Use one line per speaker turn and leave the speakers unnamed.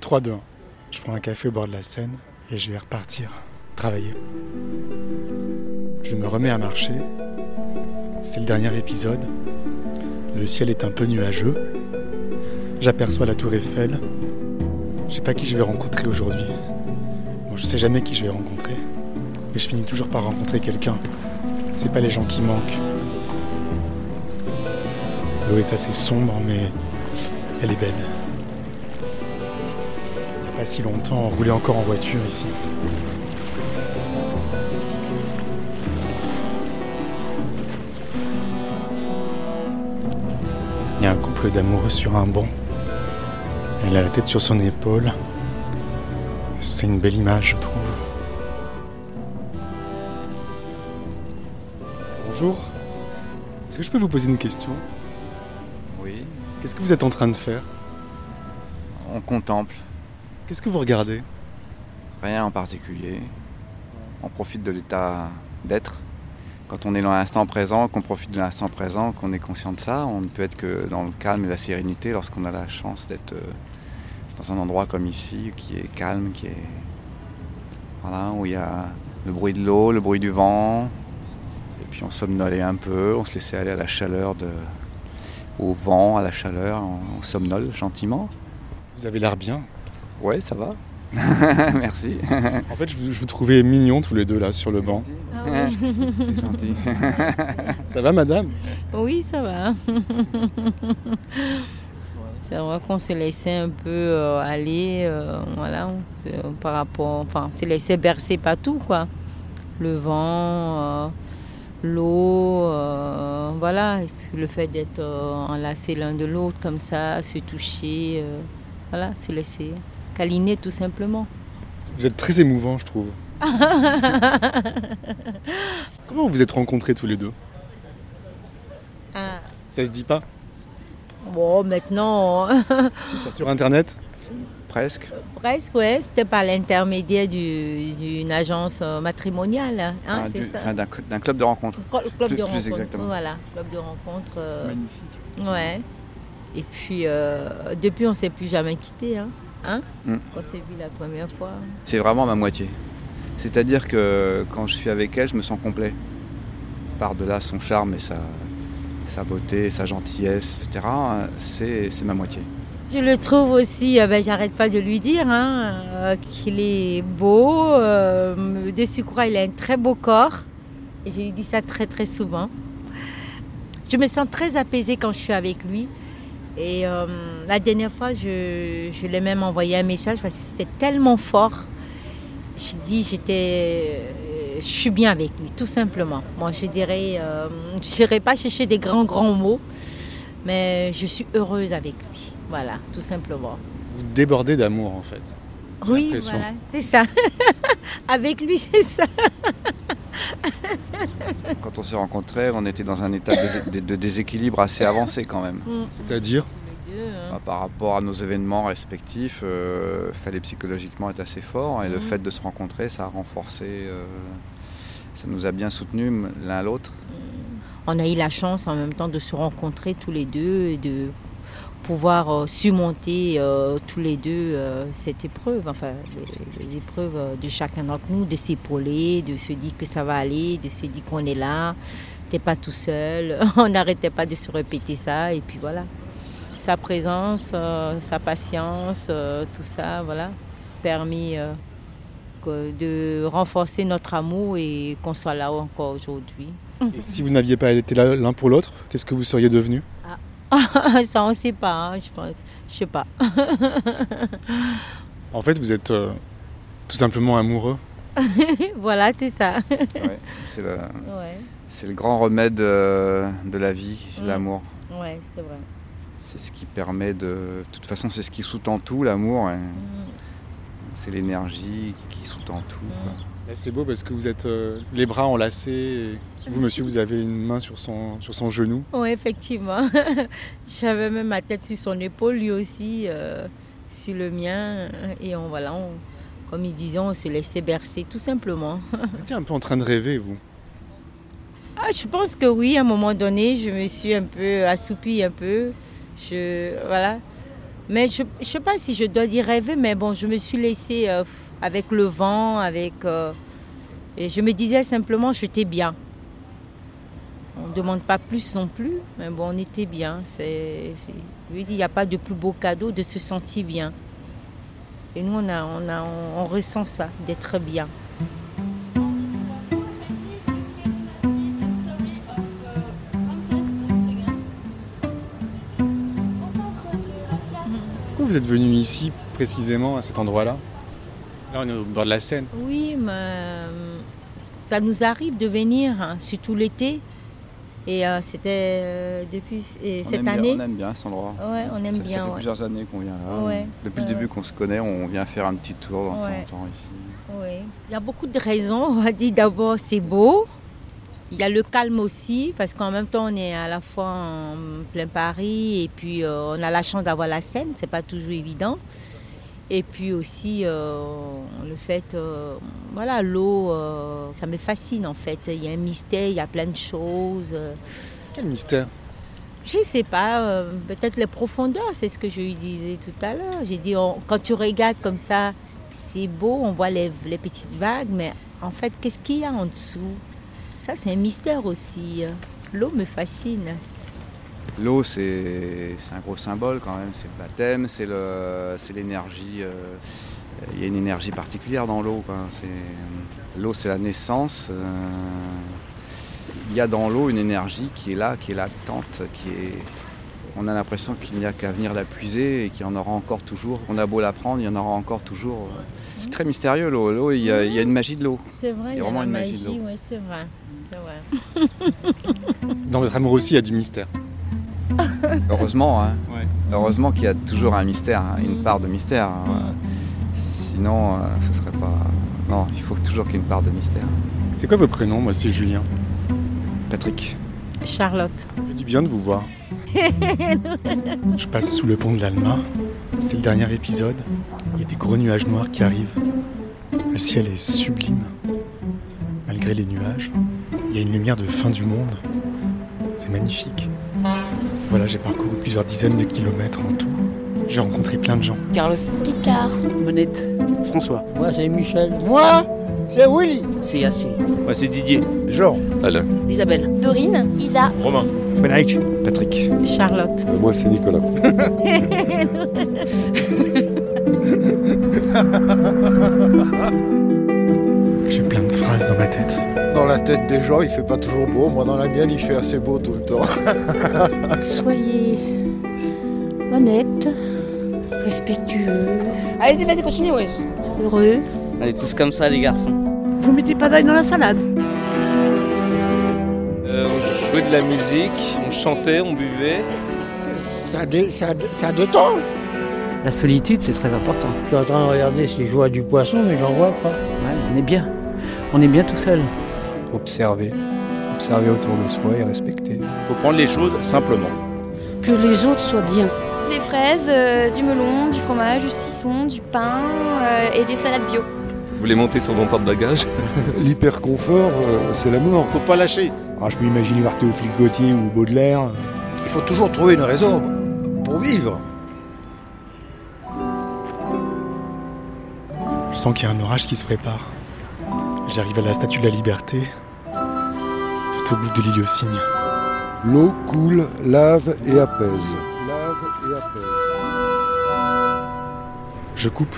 froide. Je prends un café au bord de la Seine et je vais repartir, travailler. Je me remets à marcher. C'est le dernier épisode. Le ciel est un peu nuageux. J'aperçois la tour Eiffel. Je sais pas qui je vais rencontrer aujourd'hui. Bon, je sais jamais qui je vais rencontrer. Mais je finis toujours par rencontrer quelqu'un. C'est pas les gens qui manquent. L'eau est assez sombre, mais elle est belle. Il n'y a pas si longtemps, on roulait encore en voiture ici. Il y a un couple d'amoureux sur un banc. Elle a la tête sur son épaule. C'est une belle image, je trouve. Bonjour. Est-ce que je peux vous poser une question
Oui,
Qu'est-ce que vous êtes en train de faire
on contemple,
Qu'est-ce que vous regardez
rien en particulier. On profite de l'état d'être. Quand on est dans l'instant présent, qu'on profite de l'instant présent, qu'on est conscient de ça, on ne peut être que dans le calme et la sérénité lorsqu'on a la chance d'être euh, dans un endroit comme ici, qui est calme, qui est. Voilà, où il y a le bruit de l'eau, le bruit du vent, et puis on somnolait un peu, on se laissait aller à la chaleur de. au vent, à la chaleur, on- on somnole gentiment.
Vous avez l'air bien.
Ouais, ça va. Merci.
En fait, je vous, je vous trouvais mignons tous les deux là sur le banc.
Ah
C'est gentil.
Ça va, madame
Oui, ça va. C'est vrai qu'on se laissait un peu euh, aller, euh, voilà, on se- par rapport, enfin, on se laissait bercer par tout, quoi. Le vent, euh, l'eau, euh, voilà, et puis le fait d'être euh, enlacés l'un de l'autre comme ça, se toucher, euh, voilà, se laisser câliner tout simplement.
Vous êtes très émouvant, je trouve. Comment vous vous êtes rencontrés tous les deux
Ah.
Ça se dit pas
Bon, maintenant, hein.
Sur Internet
Presque.
Presque, ouais, c'était par l'intermédiaire du- d'une agence euh, matrimoniale, hein,
Enfin,
c'est
du-
ça
enfin, D'un cl- d'un club de rencontre.
Cl- Club
plus-
de
plus
rencontre,
exactement.
voilà, club de rencontre, euh, ouais. Et puis, euh, depuis, on ne s'est plus jamais quitté, hein, hein
Mm.
On s'est vu la première fois.
C'est vraiment ma moitié. C'est-à-dire que quand je suis avec elle, je me sens complet. Par-delà son charme et sa, sa beauté, sa gentillesse, etc., euh, c'est c'est ma moitié.
Je le trouve aussi, euh, ben, j'arrête pas de lui dire, hein, euh, qu'il est beau, euh, de Sukura, il a un très beau corps. Et je lui dis ça très très souvent. Je me sens très apaisée quand je suis avec lui. Et euh, la dernière fois, je, je l'ai même envoyé un message parce que c'était tellement fort. Je dis, j'étais, euh, je suis bien avec lui, tout simplement. Moi, je dirais, euh, je n'irai pas chercher des grands grands mots, mais je suis heureuse avec lui. Voilà, tout simplement.
Vous débordez d'amour en fait. J'ai
Oui,
l'impression.
voilà, c'est ça. avec lui, c'est ça.
Quand on s'est rencontrés, on était dans un état de, de- de déséquilibre assez avancé quand même.
C'est-à-dire
Bah, Par rapport à nos événements respectifs, euh, fallait psychologiquement être assez fort et le
Mhm.
fait de se rencontrer, ça a renforcé, euh, ça nous a bien soutenus l'un l'autre.
On a eu la chance en même temps de se rencontrer tous les deux et de pouvoir euh, surmonter euh, tous les deux euh, cette épreuve, enfin les, les épreuves euh, de chacun d'entre nous, de s'épauler, de se dire que ça va aller, de se dire qu'on est là, t'es pas tout seul. On n'arrêtait pas de se répéter ça et puis voilà. Sa présence, euh, sa patience, euh, tout ça, voilà, permis euh, que- de renforcer notre amour et qu'on soit là encore aujourd'hui.
Et si vous n'aviez pas été là l'un pour l'autre, qu'est-ce que vous seriez devenus
Ah, Ça, on ne sait pas, hein, je pense. Je sais pas.
En fait, vous êtes euh, tout simplement amoureux.
voilà, c'est ça.
C'est le,
Ouais,
c'est le grand remède euh, de la vie,
Mhm.
l'amour.
ouais c'est vrai.
C'est ce qui permet de. De toute façon, c'est ce qui sous-tend tout, l'amour. hein.
Mm,
C'est l'énergie qui sous-tend tout. quoi.
mm.
Là, c'est beau parce que vous êtes euh, les bras enlacés. et vous, monsieur, vous avez une main sur son, sur son genou.
Ouais, effectivement. J'avais même ma tête sur son épaule, lui aussi, euh, sur le mien. Et on, voilà, on- comme ils disaient, on se laissait bercer, tout simplement.
Vous étiez un peu en train de rêver, vous.
Ah, je pense que oui, à un moment donné, je me suis un peu assoupie un peu. Je, voilà. Mais je ne sais pas si je dois y rêver, mais bon, je me suis laissée euh, avec le vent, avec. euh, et je me disais simplement, j'étais bien. On ne demande pas plus non plus, mais bon, on était bien. C'est, c'est- je lui dis, il n'y a pas de plus beau cadeau de se sentir bien. Et nous, on, a, on, a, on, on ressent ça, d'être bien.
Pourquoi vous êtes venu ici précisément à cet endroit-là Là, on est au bord de la Seine.
Oui, mais euh, ça nous arrive de venir, hein, surtout l'été. Et euh, c'était euh, depuis et
On
cette
aime bien-
année.
on aime bien cet endroit.
Ouais, on aime
ça, ça
bien.
fait
ouais.
plusieurs années qu'on vient là.
Ouais.
Depuis le
Ouais,
début qu'on se connaît, on vient faire un petit tour dans
Ouais.
temps en temps ici.
Oui. Il y a beaucoup de raisons. On va dire d'abord c'est beau. Il y a le calme aussi, parce qu'en même temps on est à la fois en plein Paris et puis euh, on a la chance d'avoir la Seine, c'est pas toujours évident. Et puis aussi euh, le fait, euh, voilà, l'eau, euh, ça me fascine en fait. Il y a un mystère, il y a plein de choses.
Quel mystère
Je ne sais pas, euh, peut-être les profondeurs, c'est ce que je lui disais tout à l'heure. J'ai dit, on- quand tu regardes comme ça, c'est beau, on voit les, les petites vagues, mais en fait, qu'est-ce qu'il y a en dessous Ça, c'est un mystère aussi. euh. L'eau me fascine.
L'eau, c'est c'est un gros symbole quand même. C'est le baptême, c'est le- c'est l'énergie. euh, Il y a une énergie particulière dans l'eau. quoi. C'est- L'eau, c'est la naissance. euh, Il y a dans l'eau une énergie qui est là, qui est latente, qui est. On a l'impression qu'il n'y a qu'à venir la puiser et qu'il y en aura encore toujours. On a beau la prendre, il y en aura encore toujours. C'est très mystérieux l'eau. L'eau, il, y a- il y a une magie de l'eau.
C'est
Il y
vrai,
a il y a vraiment la une magie de magie, l'eau.
c'est vrai. C'est vrai.
Dans votre amour aussi, il y a du mystère.
Heureusement, hein.
Ouais.
Heureusement qu'il y a toujours un mystère, hein, une
Mhm.
part de mystère. hein. Sinon, euh, ce serait pas. Non, il faut toujours qu'il y ait une part de mystère.
C'est quoi vos prénoms Moi, c'est Julien.
Patrick,
Charlotte.
Ça fait du bien de vous voir. Je passe sous le pont de l'Alma. C'est le dernier épisode. Il y a des gros nuages noirs qui arrivent. Le ciel est sublime. Malgré les nuages, il y a une lumière de fin du monde. C'est magnifique. Voilà, j'ai parcouru plusieurs dizaines de kilomètres en tout. J'ai rencontré plein de gens.
Carlos,
Kikar.
Monette,
François.
Moi, c'est Michel.
Moi, c'est Willy.
c'est Yacine,
Moi, c'est Didier.
Jean.
Isabelle,
Dorine. Isa.
Romain.
Frédéric.
Patrick.
Charlotte.
Moi, c'est Nicolas.
J'ai plein de phrases dans ma tête.
Dans la tête des gens, il fait pas toujours beau. Moi, dans la mienne, il fait assez beau tout le temps.
Soyez honnête, respectueux,
Allez-y, vas-y, continue, ouais.
heureux.
On est tous comme ça, les garçons.
Vous mettez pas d'ail dans la salade.
on jouait de la musique, on chantait, on buvait.
Ça, dé- ça, dé- ça détend.
La solitude, c'est très important.
Je suis en train de regarder si je vois du poisson, mais j'en vois pas.
Ouais, on est bien. On est bien tout seul.
Observer. Observer autour de soi et respecter.
Faut prendre les choses simplement.
Que les autres soient bien.
Des fraises, euh, du melon, du fromage, du saucisson, du pain euh, et des salades bio.
Vous voulez monter sur mon porte-bagages
L'hyperconfort, euh, c'est la mort.
Faut pas lâcher.
Ah,
je peux imaginer voir Théophile Gauthier ou Baudelaire. Il faut toujours trouver une raison pour vivre.
Je sens qu'il y a un orage qui se prépare. J'arrive à la Statue de la Liberté, tout au bout de l'île aux cygnes.
L'eau coule, lave et apaise. Lave et apaise.
Je coupe